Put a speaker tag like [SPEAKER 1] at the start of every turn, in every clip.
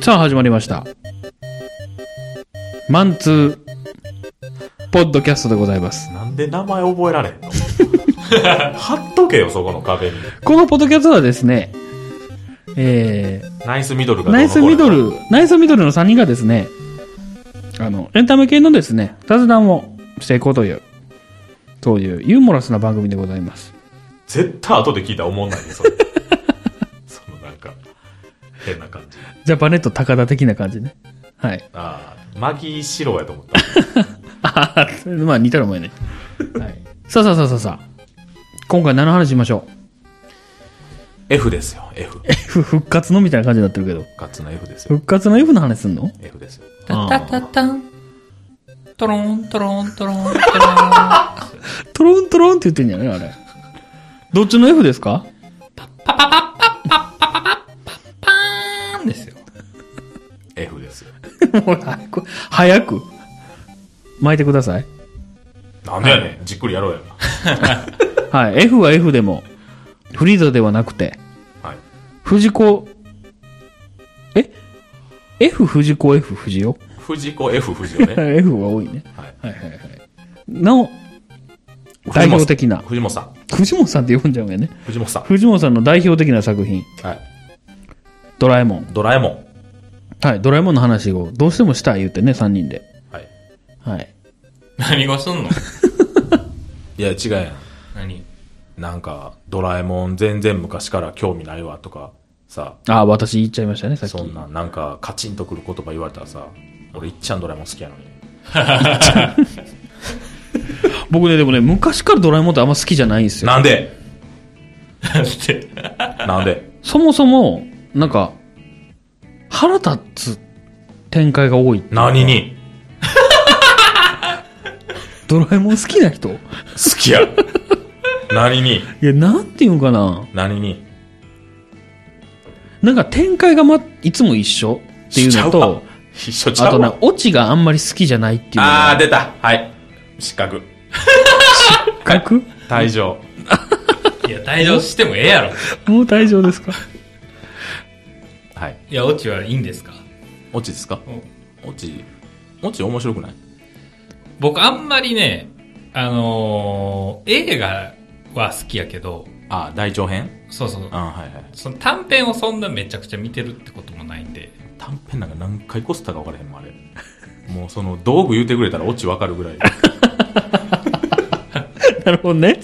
[SPEAKER 1] さあ始まりました。マンツー、ポッドキャストでございます。
[SPEAKER 2] なんで名前覚えられんの 貼っとけよ、そこの壁に。
[SPEAKER 1] このポッドキャストはですね、え
[SPEAKER 2] ナイスミドル
[SPEAKER 1] ー、
[SPEAKER 2] がど
[SPEAKER 1] ナ
[SPEAKER 2] うの
[SPEAKER 1] イ
[SPEAKER 2] こ
[SPEAKER 1] ス
[SPEAKER 2] うの
[SPEAKER 1] ミド。ル、ナイスミドルの3人がですね、あの、エンタメ系のですね、雑談をしていこうという、そういうユーモラスな番組でございます。
[SPEAKER 2] 絶対後で聞いたら思んない で、それ。そのなんか、変な感じ。
[SPEAKER 1] ジャパネット高田的な感じね。はい。
[SPEAKER 2] ああ、マギーシローやと思った。
[SPEAKER 1] あははまあ似たら思えない。はい。さあさあさあさあさあ。今回何の話しましょ
[SPEAKER 2] F ですよ、F。
[SPEAKER 1] う F 復活のみたいな感じになってるけど。
[SPEAKER 2] ガッツの F ですよ、
[SPEAKER 1] 復活の F の話すんの
[SPEAKER 2] F ですよ。
[SPEAKER 3] タタタタン。トロントロントロントロン。
[SPEAKER 1] トロントロンって言ってんじゃないあれ。どっちの F ですか
[SPEAKER 3] パーンですよ。
[SPEAKER 2] F ですよ。
[SPEAKER 1] もう早く、早く。巻いてください。
[SPEAKER 2] なんでやねん、じっくりやろうや。
[SPEAKER 1] はい。F は F でも、フリーザではなくて、
[SPEAKER 2] はい。
[SPEAKER 1] 藤子、え ?F 藤子 F 藤代
[SPEAKER 2] 藤子 F 藤 子ね。
[SPEAKER 1] ?F は多いね。
[SPEAKER 2] はい。
[SPEAKER 1] はいはいはい。の、代表的な。
[SPEAKER 2] 藤本さん。
[SPEAKER 1] 藤本さんって呼んじゃうんやね。
[SPEAKER 2] 藤本さん。
[SPEAKER 1] 藤本さんの代表的な作品、
[SPEAKER 2] はい。
[SPEAKER 1] ドラえもん。
[SPEAKER 2] ドラえもん。
[SPEAKER 1] はい、ドラえもんの話をどうしてもしたい言ってね、3人で。
[SPEAKER 2] はい。
[SPEAKER 1] はい。
[SPEAKER 3] 何がすんの
[SPEAKER 2] いや、違うやん。
[SPEAKER 3] 何
[SPEAKER 2] なんか、ドラえもん全然昔から興味ないわとか、さ、
[SPEAKER 1] ああ、私言っちゃいましたね、さっき。
[SPEAKER 2] そんな、なんか、カチンとくる言葉言われたらさ、俺、いっちゃんドラえもん好きやのに。
[SPEAKER 1] 僕ね、でもね、昔からドラえもんってあんま好きじゃないんですよ。
[SPEAKER 2] なんで
[SPEAKER 3] って。
[SPEAKER 2] なんで
[SPEAKER 1] そもそも、なんか、腹立つ展開が多い。
[SPEAKER 2] 何に
[SPEAKER 1] ドラえもん好きな人い
[SPEAKER 2] 好きや。何に
[SPEAKER 1] や、なんていうんかな。
[SPEAKER 2] 何に
[SPEAKER 1] なんか展開がま、いつも一緒っていうの
[SPEAKER 2] しちゃうわ
[SPEAKER 1] と、
[SPEAKER 2] 一緒ち
[SPEAKER 1] あ
[SPEAKER 2] ゃ
[SPEAKER 1] と
[SPEAKER 2] う
[SPEAKER 1] な
[SPEAKER 2] わ。、
[SPEAKER 1] オチがあんまり好きじゃないっていうの
[SPEAKER 2] あー、
[SPEAKER 1] が。
[SPEAKER 2] 出た。はい。失格。
[SPEAKER 1] 格
[SPEAKER 2] 退場。
[SPEAKER 3] いや、退場してもええやろ。
[SPEAKER 1] もう退場です か
[SPEAKER 2] はい。
[SPEAKER 3] いや、オチはいいんですか
[SPEAKER 2] オチですか
[SPEAKER 3] うん
[SPEAKER 2] オチ、オチ面白くない
[SPEAKER 3] 僕あんまりね、あのー、映画は好きやけど、
[SPEAKER 2] あー、大長編
[SPEAKER 3] そうそう。
[SPEAKER 2] あー、はいはい。
[SPEAKER 3] その短編をそんなめちゃくちゃ見てるってこともないんで。
[SPEAKER 2] 短編なんか何回こすったか分からへんもん、あれ。もうその、道具言うてくれたらオチ分かるぐらい。
[SPEAKER 1] なるほどね。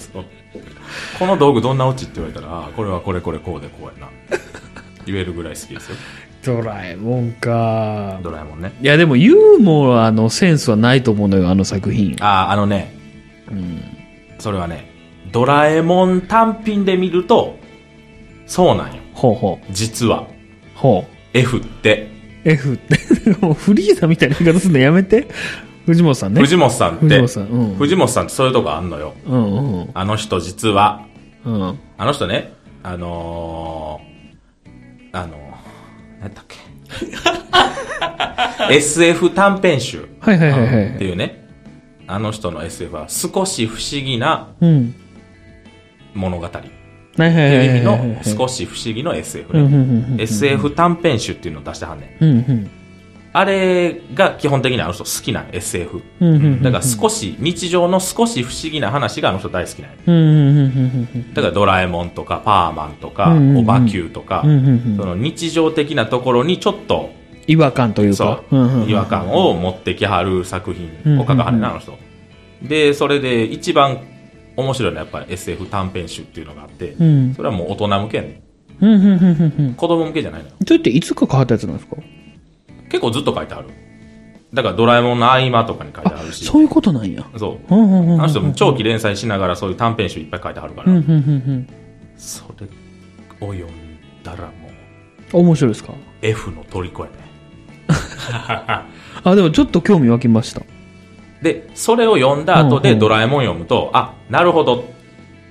[SPEAKER 2] この道具どんなオチって言われたら、あーこれはこれこれこうでこうやな。言えるぐらい好きですよ。
[SPEAKER 1] ドラえもんか。
[SPEAKER 2] ドラえもんね。
[SPEAKER 1] いや、でもユーモアのセンスはないと思うのよ、あの作品。
[SPEAKER 2] ああ、あのね、それはね、ドラえもん単品で見ると、そうなんよ。
[SPEAKER 1] ほうほう。
[SPEAKER 2] 実は、
[SPEAKER 1] ほ
[SPEAKER 2] F って、
[SPEAKER 1] う。F って、 もうフリーザみたいな言い方するのやめて。藤本さんね。
[SPEAKER 2] 藤本さんって、
[SPEAKER 1] 藤本さんうん
[SPEAKER 2] 藤本さんってそういうとこあんのよ。
[SPEAKER 1] うんうん
[SPEAKER 2] あの人実は、
[SPEAKER 1] うん。うん。
[SPEAKER 2] あの人ね、あのー、あのー、何やったっ け。SF 短編集っ
[SPEAKER 1] はいはいはいは
[SPEAKER 2] て
[SPEAKER 1] い。
[SPEAKER 2] いうね、あの人の SF は少し不思議な
[SPEAKER 1] うん。
[SPEAKER 2] 物語って
[SPEAKER 1] はいはい
[SPEAKER 2] い
[SPEAKER 1] は
[SPEAKER 2] う意味
[SPEAKER 1] いはい
[SPEAKER 2] の少し不思議の SF
[SPEAKER 1] うん
[SPEAKER 2] ね
[SPEAKER 1] うんうん。
[SPEAKER 2] SF 短編集っていうのを出してはんねん。
[SPEAKER 1] うんうん。
[SPEAKER 2] あれが基本的にあの人好きなん SF。
[SPEAKER 1] うんうん。
[SPEAKER 2] だから少し、日常の少し不思議な話があの人大好きなんや
[SPEAKER 1] うんうんうんうん
[SPEAKER 2] だからドラえもんとかパーマンとか、
[SPEAKER 1] うんうんうん
[SPEAKER 2] オバキューとか、
[SPEAKER 1] うんうんうん
[SPEAKER 2] その日常的なところにちょっと、
[SPEAKER 1] 違和感という
[SPEAKER 2] そ
[SPEAKER 1] か。
[SPEAKER 2] う、
[SPEAKER 1] んんん
[SPEAKER 2] 違和感。を持ってきはる作品を書かはるな、あの人。で、それで一番面白いのはやっぱり SF 短編集っていうのがあって、
[SPEAKER 1] うん。
[SPEAKER 2] それはもう大人向けやね
[SPEAKER 1] うんうんうんうんうん。
[SPEAKER 2] 子供向けじゃないのよ。
[SPEAKER 1] それっていつか変わったやつなんですか
[SPEAKER 2] 結構ずっと書いてある。だからドラえもんの合間とかに書いてあるし。
[SPEAKER 1] そういうことなんや。
[SPEAKER 2] そ
[SPEAKER 1] う
[SPEAKER 2] う。
[SPEAKER 1] んうんうんうん。
[SPEAKER 2] あの人も長期連載しながらそういう短編集いっぱい書いてはるか
[SPEAKER 1] うんうん
[SPEAKER 2] ら、
[SPEAKER 1] うんうん。
[SPEAKER 2] それを読んだらもう
[SPEAKER 1] 面白いですか
[SPEAKER 2] F の虜 やね。
[SPEAKER 1] あ、でもちょっと興味湧きました。
[SPEAKER 2] で、それを読んだ後
[SPEAKER 1] うん
[SPEAKER 2] で
[SPEAKER 1] うん
[SPEAKER 2] ドラえもん読むと、あ、なるほど。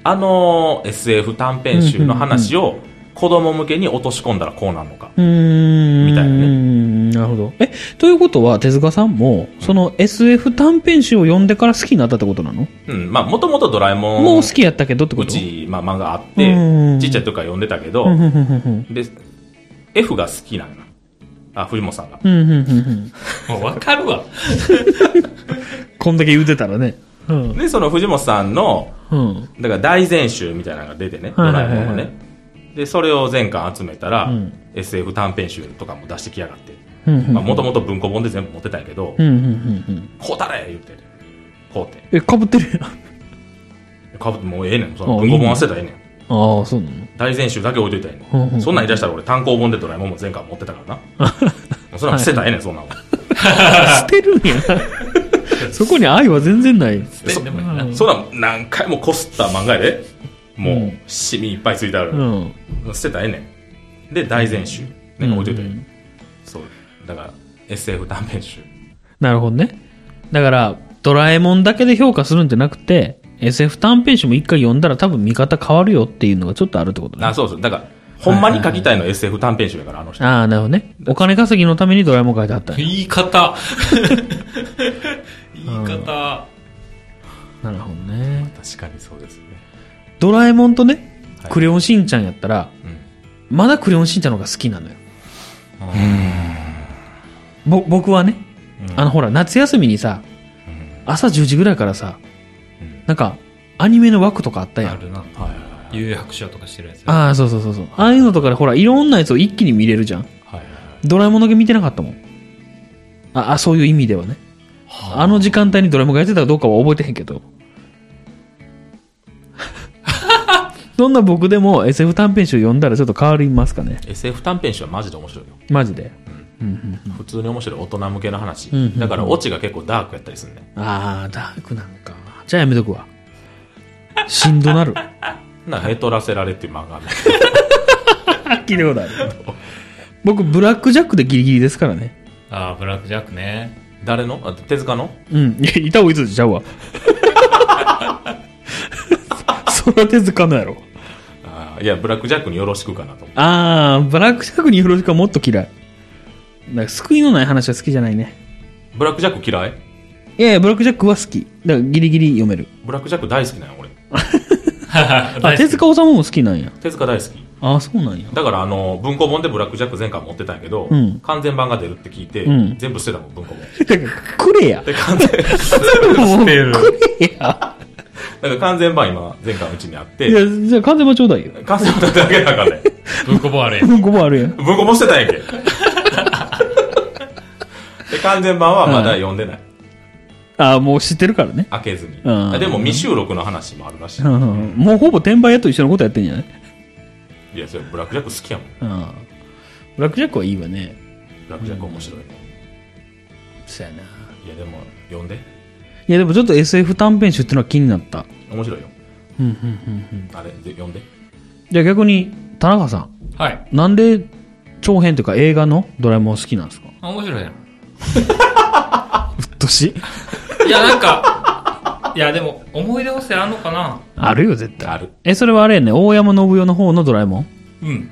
[SPEAKER 2] あの SF 短編集の話を子供向けに落とし込んだらこうなんのか。
[SPEAKER 1] み
[SPEAKER 2] みたいなね
[SPEAKER 1] ね。なるほど。え、ということは、手塚さんも、その SF 短編集を読んでから好きになったってことなの
[SPEAKER 2] うん、まあ、もともとドラえもん。
[SPEAKER 1] もう好きやったけどってこ
[SPEAKER 2] う
[SPEAKER 1] と
[SPEAKER 2] ち、まあ、漫画あっ
[SPEAKER 1] うん
[SPEAKER 2] て、ちっちゃい時から読んでたけど
[SPEAKER 1] う、んうんうんうん
[SPEAKER 2] で、F が好きなの。あ、藤本さんが。
[SPEAKER 1] うんうんうんうん
[SPEAKER 3] もうわかるわ。
[SPEAKER 1] こんだけ言うてたらね。うん。
[SPEAKER 2] で、その藤本さんの、
[SPEAKER 1] うん。
[SPEAKER 2] だから大全集みたいなのが出てね、
[SPEAKER 1] は
[SPEAKER 2] ド
[SPEAKER 1] いはいは
[SPEAKER 2] ラえ
[SPEAKER 1] いはい
[SPEAKER 2] もんのね。で、それを全巻集めたら、
[SPEAKER 1] うん
[SPEAKER 2] SF 短編集とかも出してきやがって。
[SPEAKER 1] うんうんうん
[SPEAKER 2] まあ、もともと文庫本で全部持ってたんやけど
[SPEAKER 1] う、んうんうんうん。
[SPEAKER 2] こうたれ言うてね。こうて。
[SPEAKER 1] え、かぶってるやん。あ
[SPEAKER 2] かぶってもうええねん。そ
[SPEAKER 1] あ
[SPEAKER 2] の文庫本忘れたらええねん。
[SPEAKER 1] あ、そう なの
[SPEAKER 2] 大全集だけ置いといたらえ
[SPEAKER 1] う
[SPEAKER 2] え
[SPEAKER 1] んうんう
[SPEAKER 2] ね
[SPEAKER 1] ん
[SPEAKER 2] ん。そんなん言い出したら俺単行本でドラえもんも全巻持ってたからな。 もうそれは捨てたらええねん、そんなんは。
[SPEAKER 1] 捨てるんやな。 そこに愛は全然ない。
[SPEAKER 2] そ
[SPEAKER 3] でもいいな
[SPEAKER 1] うん
[SPEAKER 2] そんなん何回もこすった漫画やで。もう、シミいっぱいついてある
[SPEAKER 1] う。ん。
[SPEAKER 2] 捨てたらええねん。で、大全集。なんか置いといたらええねんそう。だから、SF 短編集。
[SPEAKER 1] なるほどね。だから、ドラえもんだけで評価するんじゃなくて、SF 短編集も一回読んだら多分見方変わるよっていうのがちょっとあるってことね。
[SPEAKER 2] あ、そうそう。だから、ほんまに書きたいの SF 短編集やから、あの人。
[SPEAKER 1] ああ、なるほどね。お金稼ぎのためにドラえもん書いてあったんや
[SPEAKER 3] 言い方。言い方。
[SPEAKER 1] なるほどね。
[SPEAKER 2] 確かにそうですね。
[SPEAKER 1] ドラえもんとね、
[SPEAKER 2] はい
[SPEAKER 1] クレヨンしんちゃんやったら、
[SPEAKER 2] うん。
[SPEAKER 1] まだクレヨンしんちゃんの方が好きなのよ。ぼ、僕はね、あのほら、夏休みにさ、朝10時ぐらいからさ、なんか、アニメの枠とかあったや
[SPEAKER 3] あ
[SPEAKER 1] ん。
[SPEAKER 3] るな。
[SPEAKER 2] はいはいは
[SPEAKER 3] 有白書とかしてるやつ。
[SPEAKER 1] ああ、そうそうそうそう。ああいうのとかでほら、いろんなやつを一気に見れるじゃん。
[SPEAKER 2] い。はいはいはい。
[SPEAKER 1] ドラえもんだけ見てなかったもん。あ、あそういう意味ではね。あの時間帯にドラえもんがやってたかどうかは覚えてへんけど。 どんな僕でも SF 短編集読んだらちょっと変わりますかね。
[SPEAKER 2] SF 短編集はマジで面白いよ。
[SPEAKER 1] マジで。
[SPEAKER 2] 普通に面白い大人向けの話
[SPEAKER 1] んうんうん。
[SPEAKER 2] だから、オチが結構ダークやったりするね。
[SPEAKER 1] あー、ダークなんか。じゃあやめとくわ。しんど なる。
[SPEAKER 2] なんか、へとらせられっていう 漫画ある
[SPEAKER 1] 聞いたことある。僕、ブラックジャックでギリギリですからね。
[SPEAKER 3] ああ、ブラックジャック ね。
[SPEAKER 2] 誰のあ手塚の
[SPEAKER 1] うん。いや、板尾いつちゃうわ。 そら手塚のやろ。
[SPEAKER 2] あーいや、ブラックジャックによろしくかなと思って。
[SPEAKER 1] あー、ブラックジャックにフロジカもっと嫌い。だから救いのない話は好きじゃないね。
[SPEAKER 2] ブラックジャック嫌い
[SPEAKER 1] いやいや、ブラックジャックは好き。だからギリギリ読める。
[SPEAKER 2] ブラックジャック大好きなんよ、俺。
[SPEAKER 1] あ、手塚治虫も好きなんや。
[SPEAKER 2] 手塚大好き。
[SPEAKER 1] あ、そうなんや。
[SPEAKER 2] だから、あの、文庫本でブラックジャック全巻持ってたんやけど、
[SPEAKER 1] うん
[SPEAKER 2] 完全版が出るって聞いて、
[SPEAKER 1] うん
[SPEAKER 2] 全部捨てたもん、文庫 本。
[SPEAKER 1] だから、くれや。
[SPEAKER 2] で、完全、
[SPEAKER 1] もう
[SPEAKER 3] て る
[SPEAKER 1] くれや。
[SPEAKER 2] だから完全版今、全巻うちにあっ
[SPEAKER 1] い
[SPEAKER 2] て、
[SPEAKER 1] や、じゃあ完全版ちょうだいよ。
[SPEAKER 2] 完全版だけだからね。
[SPEAKER 3] 文庫本あれ。
[SPEAKER 1] 文庫もあるやん。
[SPEAKER 2] 文庫本捨てたんやんけ。で、完全版はまだ読んでない。
[SPEAKER 1] あ、もう知ってるからね。
[SPEAKER 2] 開けずに。
[SPEAKER 1] うん
[SPEAKER 2] あでも未収録の話もあるらしい。
[SPEAKER 1] うんもうほぼ転売屋と一緒のことやってんじゃない
[SPEAKER 2] いや、それブラックジャック好きやもん。
[SPEAKER 1] うんブラックジャックはいいわね。
[SPEAKER 2] ブラックジャック面白い。
[SPEAKER 1] そうやな。い
[SPEAKER 2] いや、でも、読んで。
[SPEAKER 1] や、でもちょっと SF 短編集ってのは気になった。
[SPEAKER 2] 面白いよ。
[SPEAKER 1] うん、うん、うん。
[SPEAKER 2] あれ、で読んで。
[SPEAKER 1] じゃあ逆に、田中さ
[SPEAKER 3] はい。
[SPEAKER 1] ん、なんで長編というか映画のドラえもん好きなんですか
[SPEAKER 3] あ面白いやん。
[SPEAKER 1] うっとし
[SPEAKER 3] いや、なんか、いや、でも、思い出補正あんのかな
[SPEAKER 1] あるよ、絶対。
[SPEAKER 2] ある。
[SPEAKER 1] え、それはあれやね、大山信代の方のドラえもん
[SPEAKER 3] うん。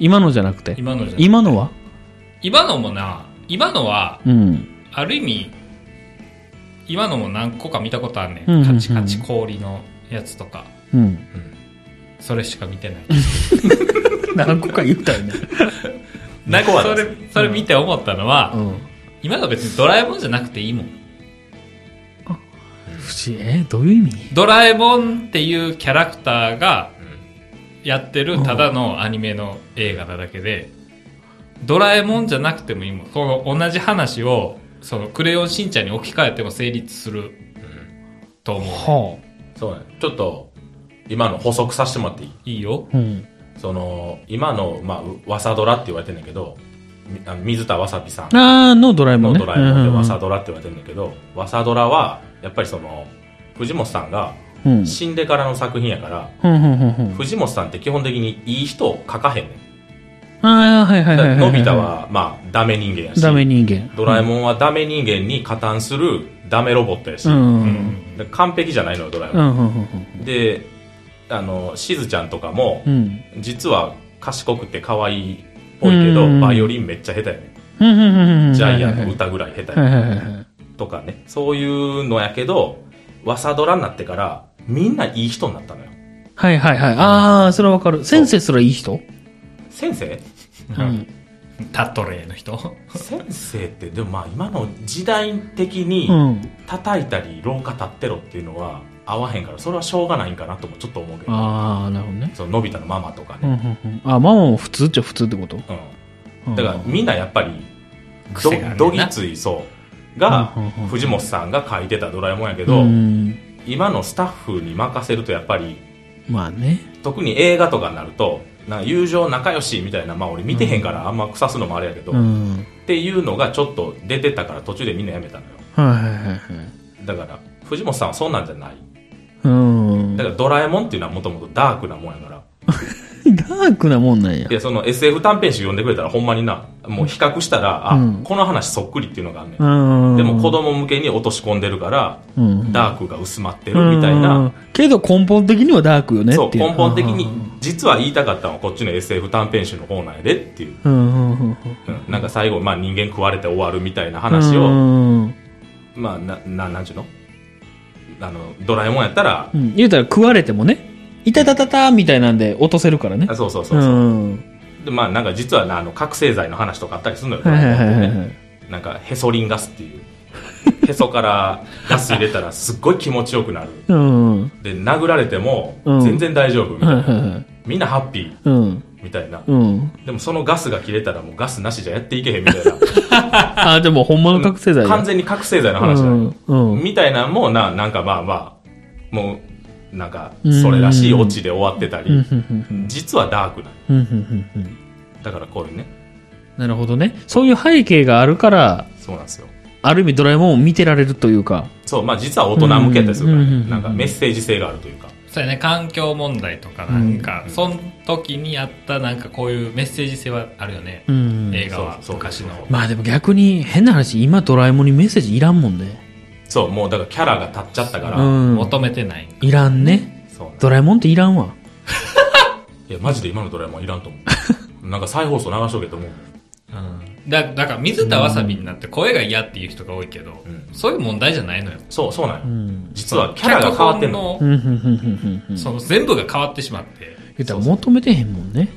[SPEAKER 1] 今のじゃなくて。
[SPEAKER 3] 今のじゃない
[SPEAKER 1] 今のは
[SPEAKER 3] 今のもな、今のは、
[SPEAKER 1] うん。
[SPEAKER 3] ある意味、今のも何個か見たことあんね
[SPEAKER 1] うんうん
[SPEAKER 3] ん。
[SPEAKER 1] うん
[SPEAKER 3] カチカチ氷のやつとか、
[SPEAKER 1] うん。
[SPEAKER 3] それしか見てない。
[SPEAKER 1] 何個か言ったよね。
[SPEAKER 3] なんかそ
[SPEAKER 2] 猫は
[SPEAKER 3] れ、それ見て思ったのは、
[SPEAKER 1] うん。
[SPEAKER 3] 今のは別にドラえもんじゃなくていいもん。
[SPEAKER 1] 不思議、え、どういう意味
[SPEAKER 3] ドラえもんっていうキャラクターがやってるただのアニメの映画なだけで、ドラえもんじゃなくてもいいもん。この同じ話を、そのクレヨンしんちゃんに置き換えても成立すると思う。
[SPEAKER 1] は
[SPEAKER 2] そうね。ちょっと、今の補足させてもらっていい
[SPEAKER 3] いいよ。
[SPEAKER 1] あ。うん。
[SPEAKER 2] その、今の、まあう、わさドラって言われてんだけど、みあの水田わさびさん
[SPEAKER 1] あーのドラえもん
[SPEAKER 2] の
[SPEAKER 1] ね。
[SPEAKER 2] ドラえもんでわさ
[SPEAKER 1] ん
[SPEAKER 2] ドラって言われてるんだけど、わさドラは、やっぱりその、藤本さんが
[SPEAKER 1] うん。
[SPEAKER 2] 死んでからの作品やから、
[SPEAKER 1] うん、うん、うん、うん。
[SPEAKER 2] 藤本さんって基本的にいい人を描かへんねん。
[SPEAKER 1] ああ、はいはい
[SPEAKER 2] だ
[SPEAKER 1] はいはい
[SPEAKER 2] から
[SPEAKER 1] いい。
[SPEAKER 2] のび太は、まあ、ダメ人間やし、
[SPEAKER 1] ダメ人間。
[SPEAKER 2] ドラえもんはダメ人間に加担するダメロボットやし、
[SPEAKER 1] うん。う。
[SPEAKER 3] うんん
[SPEAKER 2] だから完璧じゃないのよ、ドラえ
[SPEAKER 1] う
[SPEAKER 2] もん。
[SPEAKER 1] ん。うん。
[SPEAKER 2] で、あの、しずちゃんとかも
[SPEAKER 1] う、ん。
[SPEAKER 2] 実は賢くて可愛いっぽいけど、
[SPEAKER 1] うん
[SPEAKER 2] バイオリンめっちゃ下手やねん。
[SPEAKER 1] うんうんうんうん
[SPEAKER 2] ジャイアンの歌ぐらい下手
[SPEAKER 1] はい
[SPEAKER 2] や
[SPEAKER 1] はいはいはい。
[SPEAKER 2] とかね、そういうのやけど、わさドラになってから、みんないい人になったのよ。
[SPEAKER 1] はいはいはい。ああ、それはわかる。先生すらいい人
[SPEAKER 2] 先生
[SPEAKER 1] うん。
[SPEAKER 3] タットレイの人。
[SPEAKER 2] 先生って、でもまあ今の時代的
[SPEAKER 1] う
[SPEAKER 2] に、
[SPEAKER 1] ん。
[SPEAKER 2] 叩いたり廊下立ってろっていうのは合わへんから、それはしょうがないんかなともちょっと思うけど、
[SPEAKER 1] ああ、なるほどね。
[SPEAKER 2] そののび太のママとか
[SPEAKER 1] うんう
[SPEAKER 2] ね。
[SPEAKER 1] んうん。あ、ママも普通っちゃ普通ってこと
[SPEAKER 2] うん。
[SPEAKER 1] うん
[SPEAKER 2] だからみんなやっぱり、ど
[SPEAKER 3] 癖がある
[SPEAKER 2] ど
[SPEAKER 3] ねん
[SPEAKER 2] ぎ
[SPEAKER 3] な。
[SPEAKER 2] ついそうが
[SPEAKER 1] うんうんうん
[SPEAKER 2] 藤本さんが書いてたドラえもんやけど、
[SPEAKER 1] うん
[SPEAKER 2] 今のスタッフに任せるとやっぱり
[SPEAKER 1] まあね。
[SPEAKER 2] 特に映画とかになるとなんか友情仲良しみたいなまあ俺見てへんからあんま腐すのもあれやけど、
[SPEAKER 1] う
[SPEAKER 2] っ
[SPEAKER 1] ん。
[SPEAKER 2] ていうのがちょっと出てたから途中でみんなやめたのよ
[SPEAKER 1] はいはいはいはい。
[SPEAKER 2] だから藤本さんはそうなんじゃない
[SPEAKER 1] うん。
[SPEAKER 2] だ
[SPEAKER 1] ダ
[SPEAKER 2] からドラえもんっていうのはもともとダークなもんやから
[SPEAKER 1] ークなもんなんや
[SPEAKER 2] い。やその SF 短編集読んでくれたらほんまになもう比較したらあ、
[SPEAKER 1] うん
[SPEAKER 2] この話そっくりっていうのがあんねん、
[SPEAKER 1] うん。
[SPEAKER 2] でも子供向けに落とし込んでるから
[SPEAKER 1] うん、
[SPEAKER 2] ダークが薄まってるみたいな、
[SPEAKER 1] うん。けど根本的にはダークよね
[SPEAKER 2] そう
[SPEAKER 1] っていう。
[SPEAKER 2] 根本的に
[SPEAKER 1] う
[SPEAKER 2] 実は言いたかったのはこっちの SF 短編集の方なんやでっていう、
[SPEAKER 1] んうんうんうん。
[SPEAKER 2] うんなんか最後、まあ、人間食われて終わるみたいな話を、
[SPEAKER 1] うんうん
[SPEAKER 2] まあなななんちゅうのあのドラえもんやったら、
[SPEAKER 1] うん。言うたら食われてもね、いたたたたみたいなんで落とせるからね
[SPEAKER 2] あ。そうそうそうそう、
[SPEAKER 1] うん。
[SPEAKER 2] でまあなんか実はなあの覚醒剤の話とかあったりするのよ、
[SPEAKER 1] はいはいはい
[SPEAKER 2] ドラ
[SPEAKER 1] は
[SPEAKER 2] え
[SPEAKER 1] い
[SPEAKER 2] もんって
[SPEAKER 1] は
[SPEAKER 2] ね
[SPEAKER 1] い。
[SPEAKER 2] なんかへそリンガスっていうへそからガス入れたらすっごい気持ちよくなる
[SPEAKER 1] うん。はい
[SPEAKER 2] で殴られても
[SPEAKER 1] うん
[SPEAKER 2] 全然大丈夫みたい
[SPEAKER 1] はい
[SPEAKER 2] な、
[SPEAKER 1] はい。
[SPEAKER 2] みんなハッピー
[SPEAKER 1] うん。
[SPEAKER 2] みたいな
[SPEAKER 1] うん。
[SPEAKER 2] でもそのガスが切れたらもうガスなしじゃやっていけへんみたいな
[SPEAKER 1] あ、でもほんまの覚醒剤や
[SPEAKER 2] 完全に覚醒剤の話
[SPEAKER 1] う
[SPEAKER 2] だよ、
[SPEAKER 1] ん。うん。
[SPEAKER 2] みたいなんもななんかまあまあもうなんかそれらしいオチで終わってたり、
[SPEAKER 1] うんうんうんうん
[SPEAKER 2] 実はダークな
[SPEAKER 1] うんうんうんうん
[SPEAKER 2] だからこれね
[SPEAKER 1] なるほどね。そういう背景があるから、
[SPEAKER 2] そうなんですよ
[SPEAKER 1] ある意味ドラえもんを見てられるというか。
[SPEAKER 2] そうまあ実は大人向けやったりするから
[SPEAKER 1] うんうんうん
[SPEAKER 2] ね
[SPEAKER 1] うん
[SPEAKER 2] なんかメッセージ性があるというか
[SPEAKER 3] そうやね、環境問題とかなんか、その時にあったなんかこういうメッセージ性はあるよね。
[SPEAKER 1] うん。
[SPEAKER 3] 映画は
[SPEAKER 2] そうそう
[SPEAKER 3] 昔の。
[SPEAKER 1] まあでも逆に変な話、今ドラえもんにメッセージいらんもんね。
[SPEAKER 2] そうもうだからキャラが立っちゃったから、
[SPEAKER 1] うん。
[SPEAKER 3] 求めてない。
[SPEAKER 1] いらんね。
[SPEAKER 2] そうなん
[SPEAKER 1] ドラえもんっていらんわ。
[SPEAKER 2] いやマジで今のドラえもんいらんと思 うなんか再放送流しとけと思う
[SPEAKER 3] うん。だだから水田わさびになって声が嫌っていう人が多いけど、
[SPEAKER 2] うん
[SPEAKER 3] そういう問題じゃないのよ。
[SPEAKER 2] そうそうなんよ、
[SPEAKER 1] うん。
[SPEAKER 2] 実はキャラが変わってんの
[SPEAKER 3] 脚
[SPEAKER 1] う
[SPEAKER 3] 本
[SPEAKER 1] ん、うん、うん、うん、うん。
[SPEAKER 3] の
[SPEAKER 1] 言
[SPEAKER 3] その全部が変わってしまって。
[SPEAKER 1] うたら求めてへんもんね。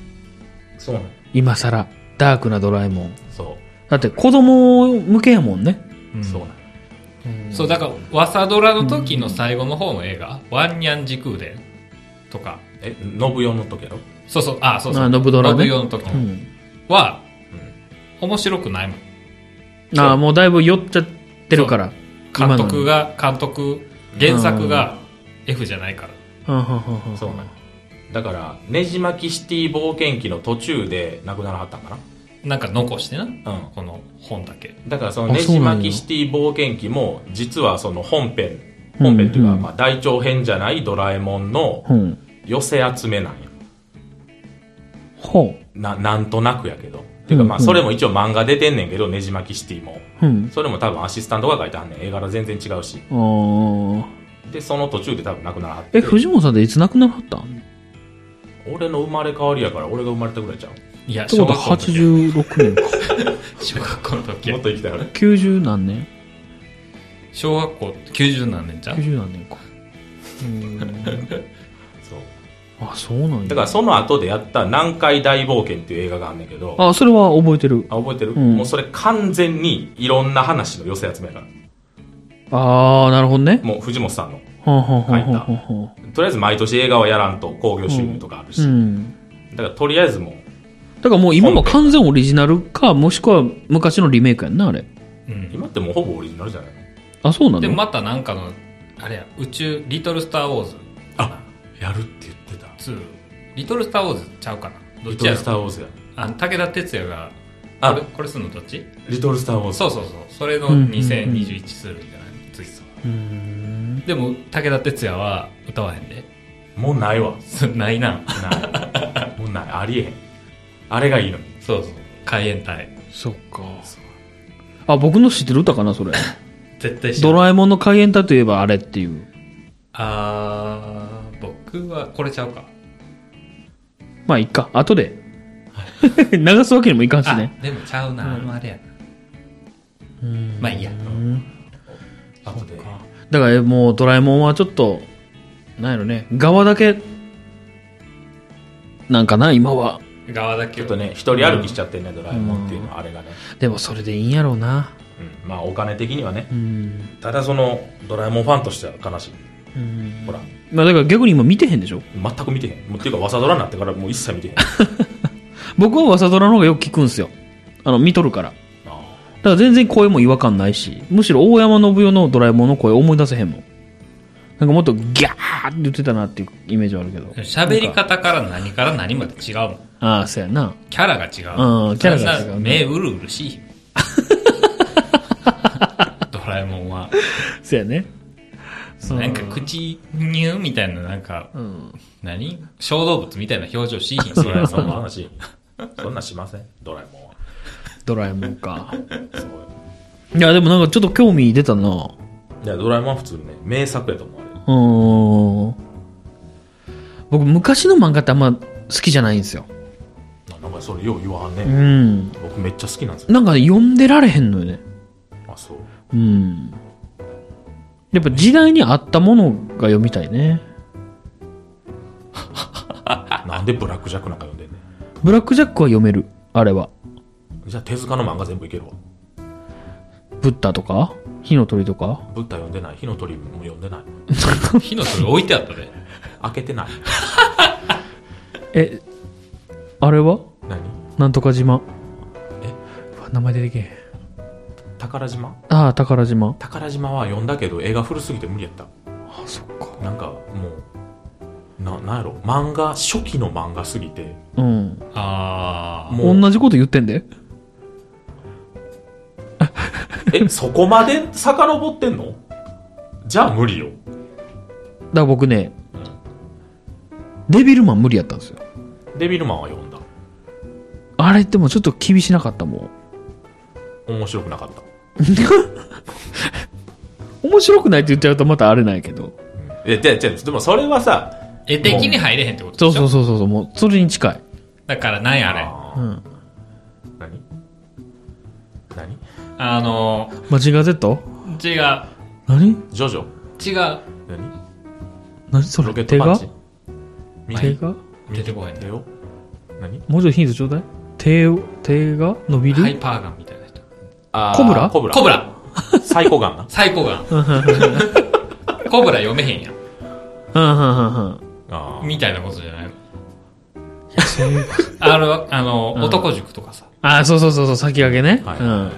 [SPEAKER 2] そうなんよ
[SPEAKER 1] 今さら、ダークなドラえもん。
[SPEAKER 2] そ
[SPEAKER 1] だって子供向けやもんね。
[SPEAKER 3] うん
[SPEAKER 2] うそうなんよ
[SPEAKER 3] そう、だから、ワサドラの時の最後の方の映画、ワンニャン時空伝とか、
[SPEAKER 2] え信代の時やろ
[SPEAKER 3] そうそう、あ、そうそう、
[SPEAKER 1] あノブドラね
[SPEAKER 3] ノブヨの時
[SPEAKER 1] うん。
[SPEAKER 3] は、
[SPEAKER 2] うん
[SPEAKER 3] 面白くないもん。
[SPEAKER 1] ああ、もうだいぶ酔っちゃってるから。
[SPEAKER 3] 監督が、監督、原作が F じゃないから。
[SPEAKER 1] 今の。はんはんはんはん
[SPEAKER 2] そうなんよだからねじ巻きシティ冒険記の途中で亡くならはったんか
[SPEAKER 3] なんか残してな、
[SPEAKER 2] なうん
[SPEAKER 3] この本だけ。
[SPEAKER 2] だからそ
[SPEAKER 1] あ
[SPEAKER 2] のね
[SPEAKER 1] そう
[SPEAKER 2] じ
[SPEAKER 1] なんや
[SPEAKER 2] 巻きシティ冒険記も実はその本編本編っていう
[SPEAKER 1] う
[SPEAKER 2] か
[SPEAKER 1] んうん
[SPEAKER 2] まあ大長編じゃないドラえもんの
[SPEAKER 1] うん。
[SPEAKER 2] 寄せ集めなんや
[SPEAKER 1] ほ
[SPEAKER 2] ななんとなくやけどっていうかまあ
[SPEAKER 1] うんうん
[SPEAKER 2] それも一応漫画出てんねんけどねじ巻きシティも
[SPEAKER 1] う。うん。
[SPEAKER 2] それも多分アシスタントが書いてはんねん絵柄全然違うし
[SPEAKER 1] ああ。
[SPEAKER 2] でその途中で多分亡くならはって
[SPEAKER 1] え、藤本さんっていつ亡くならはったん
[SPEAKER 2] 俺の生まれ変わりやから俺が生まれたぐらいちゃう
[SPEAKER 3] いや、
[SPEAKER 1] ってこ
[SPEAKER 3] 小
[SPEAKER 1] と
[SPEAKER 3] 学
[SPEAKER 1] は
[SPEAKER 3] 校の時。
[SPEAKER 1] 86年か。
[SPEAKER 3] 小学校の時
[SPEAKER 2] もっ。と生きたよね
[SPEAKER 1] 90何年
[SPEAKER 3] 小学校90何年じゃん
[SPEAKER 1] ?90 何年か。うん。
[SPEAKER 2] そう
[SPEAKER 1] あ、そうなんや。
[SPEAKER 2] だからその後でやった南海大冒険っていう映画があんねんけど
[SPEAKER 1] あ、それは覚えてる。
[SPEAKER 2] あ覚えてる、
[SPEAKER 1] うん
[SPEAKER 2] もうそれ完全にいろんな話の寄せ集めやから
[SPEAKER 1] ああ、なるほどね。
[SPEAKER 2] もう藤本さんの
[SPEAKER 1] はんはんはんはんはんは
[SPEAKER 2] とりあえず毎年映画はやらんと興行収入とかあるし、
[SPEAKER 1] ん。うん。
[SPEAKER 2] だからとりあえずもう
[SPEAKER 1] だからもう今は完全オリジナルか、もしくは昔のリメイクやんな、あれ。
[SPEAKER 3] うん。
[SPEAKER 2] 今ってもうほぼオリジナルじゃないの
[SPEAKER 1] あ、そうな
[SPEAKER 3] で、
[SPEAKER 1] の、
[SPEAKER 3] またなんかの、あれや、宇宙、リトルスターウォーズ
[SPEAKER 2] あやるって言ってた
[SPEAKER 3] 2。リトルスターウォーズちゃうかなどっ
[SPEAKER 2] リ
[SPEAKER 3] ち
[SPEAKER 2] ト
[SPEAKER 3] や
[SPEAKER 2] ル
[SPEAKER 3] ろ
[SPEAKER 2] スター・ウォーズや
[SPEAKER 3] あの武田鉄矢がこれ
[SPEAKER 2] あ
[SPEAKER 3] これするのどっち
[SPEAKER 2] リトルスター・ウォーズ
[SPEAKER 3] そうそうそうそれの
[SPEAKER 1] うんうんうん
[SPEAKER 3] 2021するんじゃないツイスト
[SPEAKER 1] うーん。
[SPEAKER 3] でも武田鉄矢は歌わへんで
[SPEAKER 2] もうないわ
[SPEAKER 3] ないな
[SPEAKER 2] ないもうないありえへんあれがいいのに
[SPEAKER 3] そうそう海援隊
[SPEAKER 1] そっか。あ、僕の知ってる歌かな、それ。
[SPEAKER 3] 絶対知ら
[SPEAKER 1] ド
[SPEAKER 3] ん
[SPEAKER 1] ラえもんの開演隊といえばあれっていう。
[SPEAKER 3] あー僕はこれちゃうか
[SPEAKER 1] まあ、いっか。後で。流すわけにもいかんし
[SPEAKER 3] あ
[SPEAKER 1] ね。
[SPEAKER 3] でもちゃうな、あんまあれやな
[SPEAKER 1] うん
[SPEAKER 3] まあいいや
[SPEAKER 1] うん
[SPEAKER 2] あとで
[SPEAKER 1] だからもうドラえもんはちょっと、なんやろね、側だけ、なんかな、今は。
[SPEAKER 3] 側だけ
[SPEAKER 2] ちょ
[SPEAKER 3] を
[SPEAKER 2] っとね一人歩きしちゃってんね、ドラえもんっていうのはあれがね、
[SPEAKER 1] でもそれでいいんやろうな。
[SPEAKER 2] うんまあお金的にはね
[SPEAKER 1] うん。
[SPEAKER 2] ただそのドラえもんファンとしては悲しい
[SPEAKER 1] うん
[SPEAKER 2] ほら
[SPEAKER 1] まあだから逆に今見てへんでしょ
[SPEAKER 2] 全く見てへんもうっていうかわさドラになってからもう一切見てへん
[SPEAKER 1] 僕は朝ドラの方がよく聞くんすよ。あの、見とるから。
[SPEAKER 2] あ
[SPEAKER 1] だから全然声も違和感ないし、むしろ大山信代のドラえもんの声思い出せへんもん。なんかもっとギャーって言ってたなっていうイメージはあるけど。
[SPEAKER 3] 喋り方から何から何まで違うもん
[SPEAKER 1] ああ、そうやな。
[SPEAKER 3] キャラが違う
[SPEAKER 1] うんキャラが違うね
[SPEAKER 3] そんな目うるうる しいドラえもんは
[SPEAKER 1] そうやね。そう
[SPEAKER 3] なんか口にゅうみたいななんか
[SPEAKER 1] うん。
[SPEAKER 3] 何小動物みたいな表情しいひん
[SPEAKER 2] あ
[SPEAKER 3] ド
[SPEAKER 2] そ
[SPEAKER 3] ラえ
[SPEAKER 2] んなん
[SPEAKER 3] も
[SPEAKER 2] そんな 話そ
[SPEAKER 3] は
[SPEAKER 2] んなんしませんドラえもんは
[SPEAKER 1] ドラえもんか。
[SPEAKER 2] そ う
[SPEAKER 1] いや、でもなんかちょっと興味出たな。う
[SPEAKER 2] いやドラえもんは普通にね名作やと思わ
[SPEAKER 1] ー
[SPEAKER 2] れる
[SPEAKER 1] ん。僕、昔の漫画ってあんま好きじゃないんですよ。
[SPEAKER 2] なんかそれよう言わん
[SPEAKER 1] う
[SPEAKER 2] ね、
[SPEAKER 1] ん。
[SPEAKER 2] 僕めっちゃ好きなんですよ
[SPEAKER 1] なんか読んでられへんのよね。
[SPEAKER 2] あそう
[SPEAKER 1] うん。やっぱ時代に合ったものが読みたいね。
[SPEAKER 2] なんでブラックジャックなんか読んでんねん
[SPEAKER 1] ブラックジャックは読める。あれは。
[SPEAKER 2] じゃあ手塚の漫画全部いけるわ
[SPEAKER 1] ブッダとか火の鳥とか
[SPEAKER 2] ブッダ読んでない火の鳥も読んでない
[SPEAKER 3] 火の鳥置いてあったで
[SPEAKER 2] 開けてない
[SPEAKER 1] え、あれは
[SPEAKER 2] 何
[SPEAKER 1] なんとか島。
[SPEAKER 2] え
[SPEAKER 1] うわ名前出てけへん。
[SPEAKER 2] 宝島
[SPEAKER 1] ああ、宝島。
[SPEAKER 2] 宝島は読んだけど映画古すぎて無理やった
[SPEAKER 1] あ、そっか。
[SPEAKER 2] なんかもうななんやろ漫画初期の漫画すぎて
[SPEAKER 1] うん。
[SPEAKER 3] ああ
[SPEAKER 2] もう
[SPEAKER 1] 同じこと言ってんで。
[SPEAKER 2] えそこまで遡ってんのじゃあ無理よ
[SPEAKER 1] だから僕ね、デビルマン無理やったんですよ。
[SPEAKER 2] デビルマンは読んだ
[SPEAKER 1] あれでもちょっと厳しなかったもん。
[SPEAKER 2] 面白くなかった、
[SPEAKER 1] 面白くないって言っちゃうとまたあれないけど。
[SPEAKER 2] うん、えじゃあじゃあでもそれはさ
[SPEAKER 3] 絵的に入れへんってこと
[SPEAKER 1] そ
[SPEAKER 3] で
[SPEAKER 1] う
[SPEAKER 3] しょ
[SPEAKER 1] そうそうそう、もうそれに近い。
[SPEAKER 3] だから何やあれ
[SPEAKER 2] あ
[SPEAKER 1] う
[SPEAKER 2] ー
[SPEAKER 1] ん。
[SPEAKER 2] 何何
[SPEAKER 3] あの
[SPEAKER 1] マジンガー Z?
[SPEAKER 3] 違う
[SPEAKER 1] 何
[SPEAKER 2] ジョジョ
[SPEAKER 3] 違う
[SPEAKER 2] 何
[SPEAKER 1] 何そ
[SPEAKER 2] ロ
[SPEAKER 1] れ
[SPEAKER 2] ケッ
[SPEAKER 1] 手
[SPEAKER 2] トパン
[SPEAKER 1] が
[SPEAKER 2] チ
[SPEAKER 1] 手
[SPEAKER 2] 右
[SPEAKER 1] が
[SPEAKER 3] 出てこへんね
[SPEAKER 2] 手を何
[SPEAKER 1] もうちょいヒントちょうだい手を、手が伸びる、
[SPEAKER 3] ハイパーガンみたいな人
[SPEAKER 2] あー
[SPEAKER 1] コブラ
[SPEAKER 2] コブラ
[SPEAKER 3] コブラ
[SPEAKER 2] サイコガンな
[SPEAKER 3] サイコ ガンコブラ読めへんやん
[SPEAKER 1] うんうんうんうん。
[SPEAKER 2] あー
[SPEAKER 3] みたいなことじゃないのあの、あの、男塾とかさ、
[SPEAKER 1] ああ、そうそうそうそう、先駆けね、
[SPEAKER 2] はい
[SPEAKER 1] うん。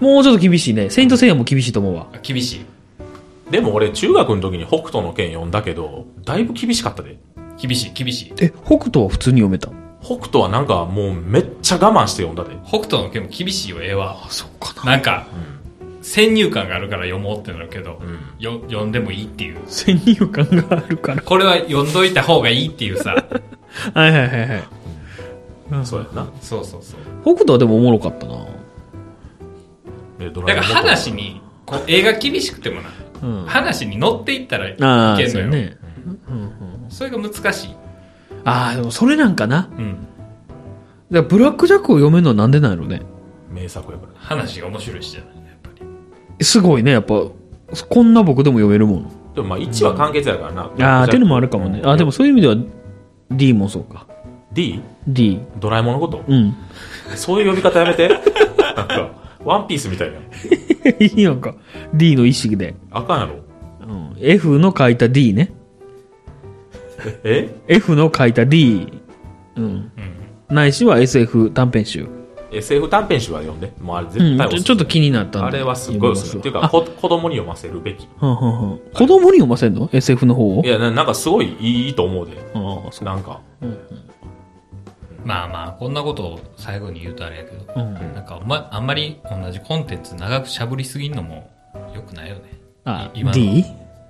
[SPEAKER 1] もうちょっと厳しいね。セイントセイヤも厳しいと思うわ。
[SPEAKER 3] 厳しい。
[SPEAKER 2] でも俺中学の時に北斗の拳読んだけどだいぶ厳しかったで
[SPEAKER 3] 厳しい、厳しい。
[SPEAKER 1] え、北斗は普通に読めた。
[SPEAKER 2] 北斗はなんかもうめっちゃ我慢して読んだで
[SPEAKER 3] 北斗の拳も厳しいよ、絵は。
[SPEAKER 1] そうかな。
[SPEAKER 3] なんか、先入観があるから読もうってなるけど、
[SPEAKER 2] ん
[SPEAKER 3] よ読んでもいいっていう。
[SPEAKER 1] 先入観があるから。
[SPEAKER 3] これは読んどいた方がいいっていうさ、
[SPEAKER 1] はいはいはいはい。
[SPEAKER 2] そうやな
[SPEAKER 3] そうそうそう。
[SPEAKER 1] 北斗はでもおもろかったな。
[SPEAKER 2] でドラ
[SPEAKER 3] だ
[SPEAKER 2] え
[SPEAKER 3] か
[SPEAKER 2] も
[SPEAKER 3] ら
[SPEAKER 2] んと
[SPEAKER 3] 話に、こう、映画厳しくてもな、
[SPEAKER 1] うん。
[SPEAKER 3] 話に乗っていったらいけん
[SPEAKER 1] ああ、そう
[SPEAKER 3] の
[SPEAKER 1] や
[SPEAKER 3] よ。
[SPEAKER 1] ね。
[SPEAKER 3] それが難しい。
[SPEAKER 1] ああ、でもそれなんかな。
[SPEAKER 3] うん。
[SPEAKER 1] だからブラックジャックを読めるのはなんでなんやろね。
[SPEAKER 2] 名作やから
[SPEAKER 3] 話が面白いしじゃないやっぱり。
[SPEAKER 1] すごいね、やっぱ。こんな僕でも読めるもん。
[SPEAKER 2] でもまあ1話完結やからな、
[SPEAKER 1] ああ、っていうのもあるかもね。ああ、でもそういう意味では D もそうか。
[SPEAKER 2] D?
[SPEAKER 1] D。
[SPEAKER 2] ドラえもんのこと
[SPEAKER 1] うん。
[SPEAKER 2] そういう呼び方やめて なんかワンピースみたいない
[SPEAKER 1] いやんか。D の意識で。
[SPEAKER 2] あかんやろ
[SPEAKER 1] うん。F の書いた D ね。
[SPEAKER 2] え
[SPEAKER 1] F の書いた D、うん、ないしは SF 短編集、
[SPEAKER 2] SF 短編集は読んでもうあれ絶
[SPEAKER 1] うん、
[SPEAKER 2] 対お
[SPEAKER 1] ちょ
[SPEAKER 2] すすめ
[SPEAKER 1] ちょっと気になったんで
[SPEAKER 2] あれはすっごいおすすめっていうか
[SPEAKER 1] あ
[SPEAKER 2] こ子供に読ませるべきい
[SPEAKER 1] はんはんはん子供に読ませんの SF の方を
[SPEAKER 2] やななんかすごいいいと思うで
[SPEAKER 1] ああそ
[SPEAKER 2] なんか
[SPEAKER 3] まあまあ、こんなことを最後に言うとあれやけど、
[SPEAKER 1] うん
[SPEAKER 3] なんかおま、あんまり同じコンテンツ長くしゃぶりすぎんのも良くないよね。
[SPEAKER 1] あ
[SPEAKER 3] 今の
[SPEAKER 1] D?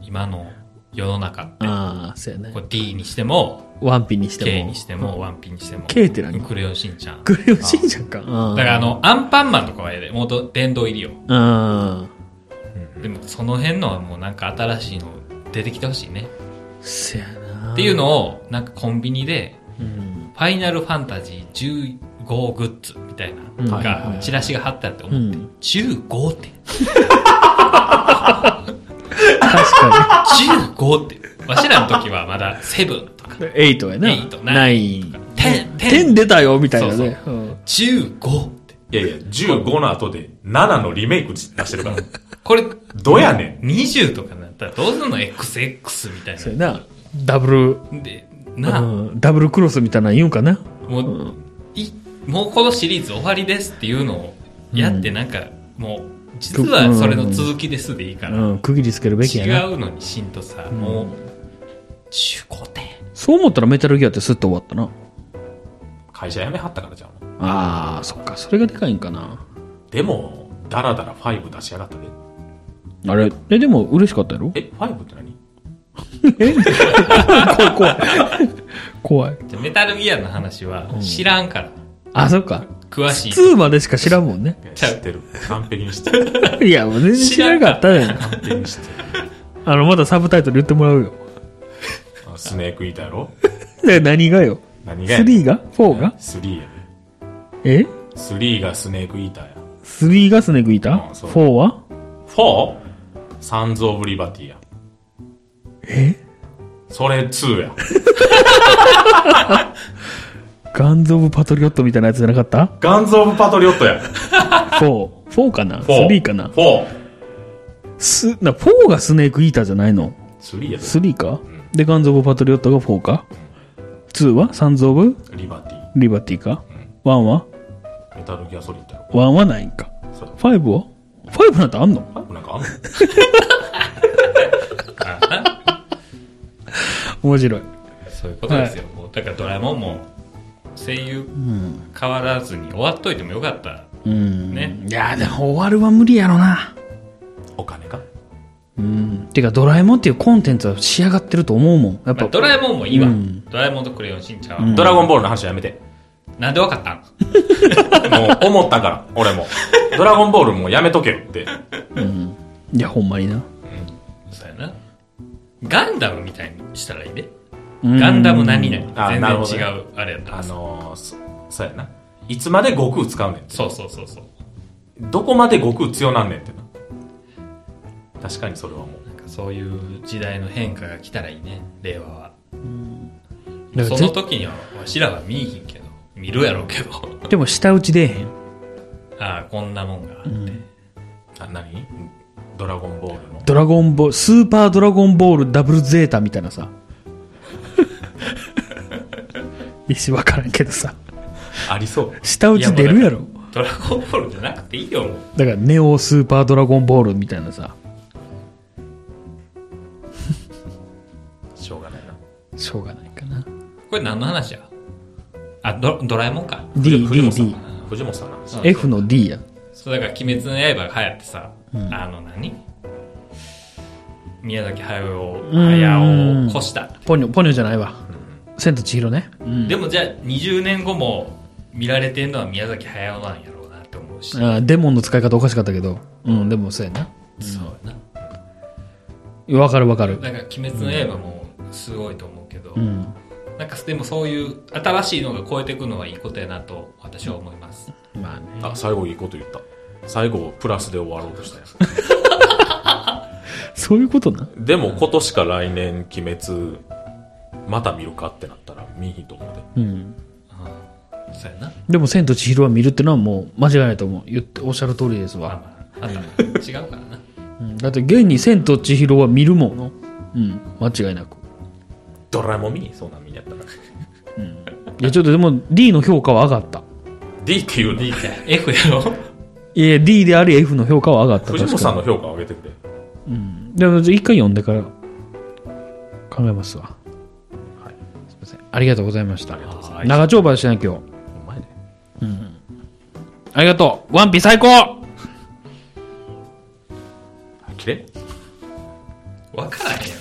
[SPEAKER 3] 今の世の中って、
[SPEAKER 1] ああそうやね
[SPEAKER 3] こう D にしても、
[SPEAKER 1] ワンピにして
[SPEAKER 3] K
[SPEAKER 1] も
[SPEAKER 3] にしても、ワンピにしても、
[SPEAKER 1] K って何
[SPEAKER 3] クレヨンしんちゃん。だ
[SPEAKER 1] クレヨンしんちゃんかあ
[SPEAKER 3] からあの、アンパンマンとかはやで、もうど殿堂入りよ。
[SPEAKER 1] あ
[SPEAKER 3] でも、その辺のはもうなんか新しいの出てきてほしいね。
[SPEAKER 1] そやな
[SPEAKER 3] っていうのを、なんかコンビニで、
[SPEAKER 1] うん
[SPEAKER 3] ファイナルファンタジー15グッズみたいな、
[SPEAKER 1] うん
[SPEAKER 3] が、チラシが貼ってあって思って、
[SPEAKER 1] うん
[SPEAKER 3] 15って、
[SPEAKER 1] 確か
[SPEAKER 3] 15って、わしらの時はまだ7とか、
[SPEAKER 1] に。8やな。
[SPEAKER 3] 8
[SPEAKER 1] 9。10
[SPEAKER 3] 10、10、
[SPEAKER 1] 出たよ、みたいなね。うん
[SPEAKER 3] 15って。
[SPEAKER 2] いやいや、15の後で7のリメイク出してるから。
[SPEAKER 3] これ、
[SPEAKER 2] どやねん。
[SPEAKER 3] 20とかになったらどうすんの ?XX みたい
[SPEAKER 1] そうやな。ダブル、
[SPEAKER 3] な。で、なあ、
[SPEAKER 1] うんダブルクロスみたいなの言うんかな。
[SPEAKER 3] もう、い、もうこのシリーズ終わりですっていうのをやって、なんか、もう、実はそれの続きですでいいから、
[SPEAKER 1] うん、区切りつけるべきやな。
[SPEAKER 3] 違うのにしんとさ、もう、15点。
[SPEAKER 1] そう思ったらメタルギアってスッと終わったな。
[SPEAKER 2] 会社辞めはったからじゃん。
[SPEAKER 1] ああ、そっか、それがでかいんかな。
[SPEAKER 2] でも、ダラダラ5出しやがったで。
[SPEAKER 1] あれ、え、でも嬉しかったやろ
[SPEAKER 2] え、5って何
[SPEAKER 1] 怖い怖い。怖い。
[SPEAKER 3] じゃあメタルギアの話は知らんから、
[SPEAKER 1] あ、そっか。
[SPEAKER 3] 詳しい。
[SPEAKER 1] 2までしか知らんもんね。
[SPEAKER 2] 知ってる。完璧に知ってる。
[SPEAKER 1] いや、もう全然知らなかったね。
[SPEAKER 2] 完璧に知ってる。
[SPEAKER 1] あの、まだサブタイトル言ってもらうよ。
[SPEAKER 2] あスネークイーターやろ
[SPEAKER 1] で何がよ
[SPEAKER 2] 何がやねん
[SPEAKER 1] ?3 が ?4 が
[SPEAKER 2] ?3 やね
[SPEAKER 1] え
[SPEAKER 2] 3がスネークイーターや。
[SPEAKER 1] ?3 がスネークイータ
[SPEAKER 2] うん
[SPEAKER 1] ー
[SPEAKER 2] そう
[SPEAKER 1] ?4 は
[SPEAKER 2] 4? サンズ・オブ・リバティや。
[SPEAKER 1] え
[SPEAKER 2] それ2や。
[SPEAKER 1] ガンズ・オブ・パトリオットみたいなやつじゃなかった
[SPEAKER 2] ガンズ・オブ・パトリオットや。
[SPEAKER 1] ?4。4かな
[SPEAKER 2] 4。
[SPEAKER 1] ?3 かな
[SPEAKER 2] ?4。
[SPEAKER 1] す、な、4がスネークイーターじゃないの
[SPEAKER 2] 3やで。
[SPEAKER 1] ?3 かで、ガンズ・オブ・パトリオットが4か ?2 はサンズ・オブ・
[SPEAKER 2] リバティ。
[SPEAKER 1] リバティか ?1 は
[SPEAKER 2] メタルギアソリッドや
[SPEAKER 1] ?1 はないんか
[SPEAKER 2] ろ。それ
[SPEAKER 1] ?5 は ?5 なんてあんの
[SPEAKER 2] 5なんかあんの
[SPEAKER 1] 面白い。
[SPEAKER 3] そういうことですよ。もうだからドラえもんも声優変わらずに終わっといてもよかった。
[SPEAKER 1] うん。
[SPEAKER 3] ね
[SPEAKER 1] いや、でも終わるは無理やろな。
[SPEAKER 2] お金か
[SPEAKER 1] うん。てか、ドラえもんっていうコンテンツは仕上がってると思うもん。やっ
[SPEAKER 3] まあ
[SPEAKER 1] ぱ、
[SPEAKER 3] ドラえもんもいいわ。
[SPEAKER 1] うん
[SPEAKER 3] ドラえもんとクレヨンしんちゃんは。
[SPEAKER 2] ドラゴンボールの話やめて。
[SPEAKER 3] なんでわかったん
[SPEAKER 2] もう思ったから、俺も。ドラゴンボールもうやめとけよって。
[SPEAKER 1] いや、ほんまにな。
[SPEAKER 3] そうやな。ガンダムみたいにしたらいいで。ガンダム何々。
[SPEAKER 2] あなるほ
[SPEAKER 3] 全
[SPEAKER 2] ど
[SPEAKER 3] 然
[SPEAKER 2] ね
[SPEAKER 3] 違う。あれやった
[SPEAKER 2] あ
[SPEAKER 3] ら。
[SPEAKER 2] のー、そそうやな。いつまで悟空使うねんって。
[SPEAKER 3] そうそうそうそう。
[SPEAKER 2] どこまで悟空強なんねんってな。確かにそれはもう。
[SPEAKER 3] なんかそういう時代の変化が来たらいいね。令和は。
[SPEAKER 1] だか
[SPEAKER 3] そ
[SPEAKER 1] ら
[SPEAKER 3] の
[SPEAKER 1] ぜ
[SPEAKER 3] 時にはわしらは見いひんけど。見るやろうけど。
[SPEAKER 1] でも、下打ち出えへん。
[SPEAKER 3] ああ、こんなもんがあって。
[SPEAKER 2] あ、何ドラゴンボールの。
[SPEAKER 1] ドラゴンボール、スーパードラゴンボールダブルゼータみたいなさ。 一瞬わからんけどさ。
[SPEAKER 2] ありそう。
[SPEAKER 1] 下打ち出るやろ。
[SPEAKER 3] ドラゴンボールじゃなくていいよ、もう。
[SPEAKER 1] だから、ネオスーパードラゴンボールみたいなさ。
[SPEAKER 2] しょうがないな。
[SPEAKER 1] しょうがないかな。
[SPEAKER 3] これ何の話やあ、ドドラえもんか。
[SPEAKER 1] D、
[SPEAKER 2] 藤
[SPEAKER 1] D、
[SPEAKER 2] 本さ
[SPEAKER 1] D。
[SPEAKER 2] ん。藤本さんの話。
[SPEAKER 1] F の D や。
[SPEAKER 3] そう、だから、鬼滅の刃が流行ってさ、あの何、宮崎駿を、駿を越した。
[SPEAKER 1] ポニョ、ポニョじゃないわ。千と千尋ね。
[SPEAKER 3] でもじゃあ、20年後も見られてんのは宮崎駿なんやろうなって思うし。
[SPEAKER 1] あーデモンの使い方おかしかったけど。うん、でもそうや
[SPEAKER 3] そうや
[SPEAKER 1] な。わかるわかる
[SPEAKER 3] な。。だから、鬼滅の刃もすごいと思うけど、
[SPEAKER 1] うん。
[SPEAKER 3] なんかでもそういう新しいのが超えていくのはいいことやなと私は思います。
[SPEAKER 1] まあね。
[SPEAKER 2] あ、最後いいこと言った。最後、プラスで終わろうとしたやん。
[SPEAKER 1] そういうことな。
[SPEAKER 2] でも今年か来年、鬼滅、また見るかってなったら見ひんと思うで。
[SPEAKER 1] うん。
[SPEAKER 3] そうやな。
[SPEAKER 1] でも、千と千尋は見るってのはもう間違いないと思う。言って、おっしゃる通りですわ。
[SPEAKER 3] まあまあ、あと違うからな。
[SPEAKER 1] うん、だって、現に千と千尋は見るもの。うん。間違いなく。
[SPEAKER 2] ドラえもん見にそんなん見にやったら。
[SPEAKER 1] いや、ちょっとでも、D の評価は上がった。
[SPEAKER 2] D っていうの
[SPEAKER 3] D って F やろ
[SPEAKER 1] いや、D であり F の評価は上がった。
[SPEAKER 2] 藤本
[SPEAKER 1] 確
[SPEAKER 2] さ
[SPEAKER 1] か
[SPEAKER 2] んの評価を上げてくれ。
[SPEAKER 1] に。でも、一回読んでから考えますわ。すいません。ありがとうございました。
[SPEAKER 3] はい
[SPEAKER 1] 長丁場でしたね、今日。
[SPEAKER 2] お前ね。
[SPEAKER 1] ありがとう。ワンピ最高
[SPEAKER 2] あきれ
[SPEAKER 3] わからへんやろ。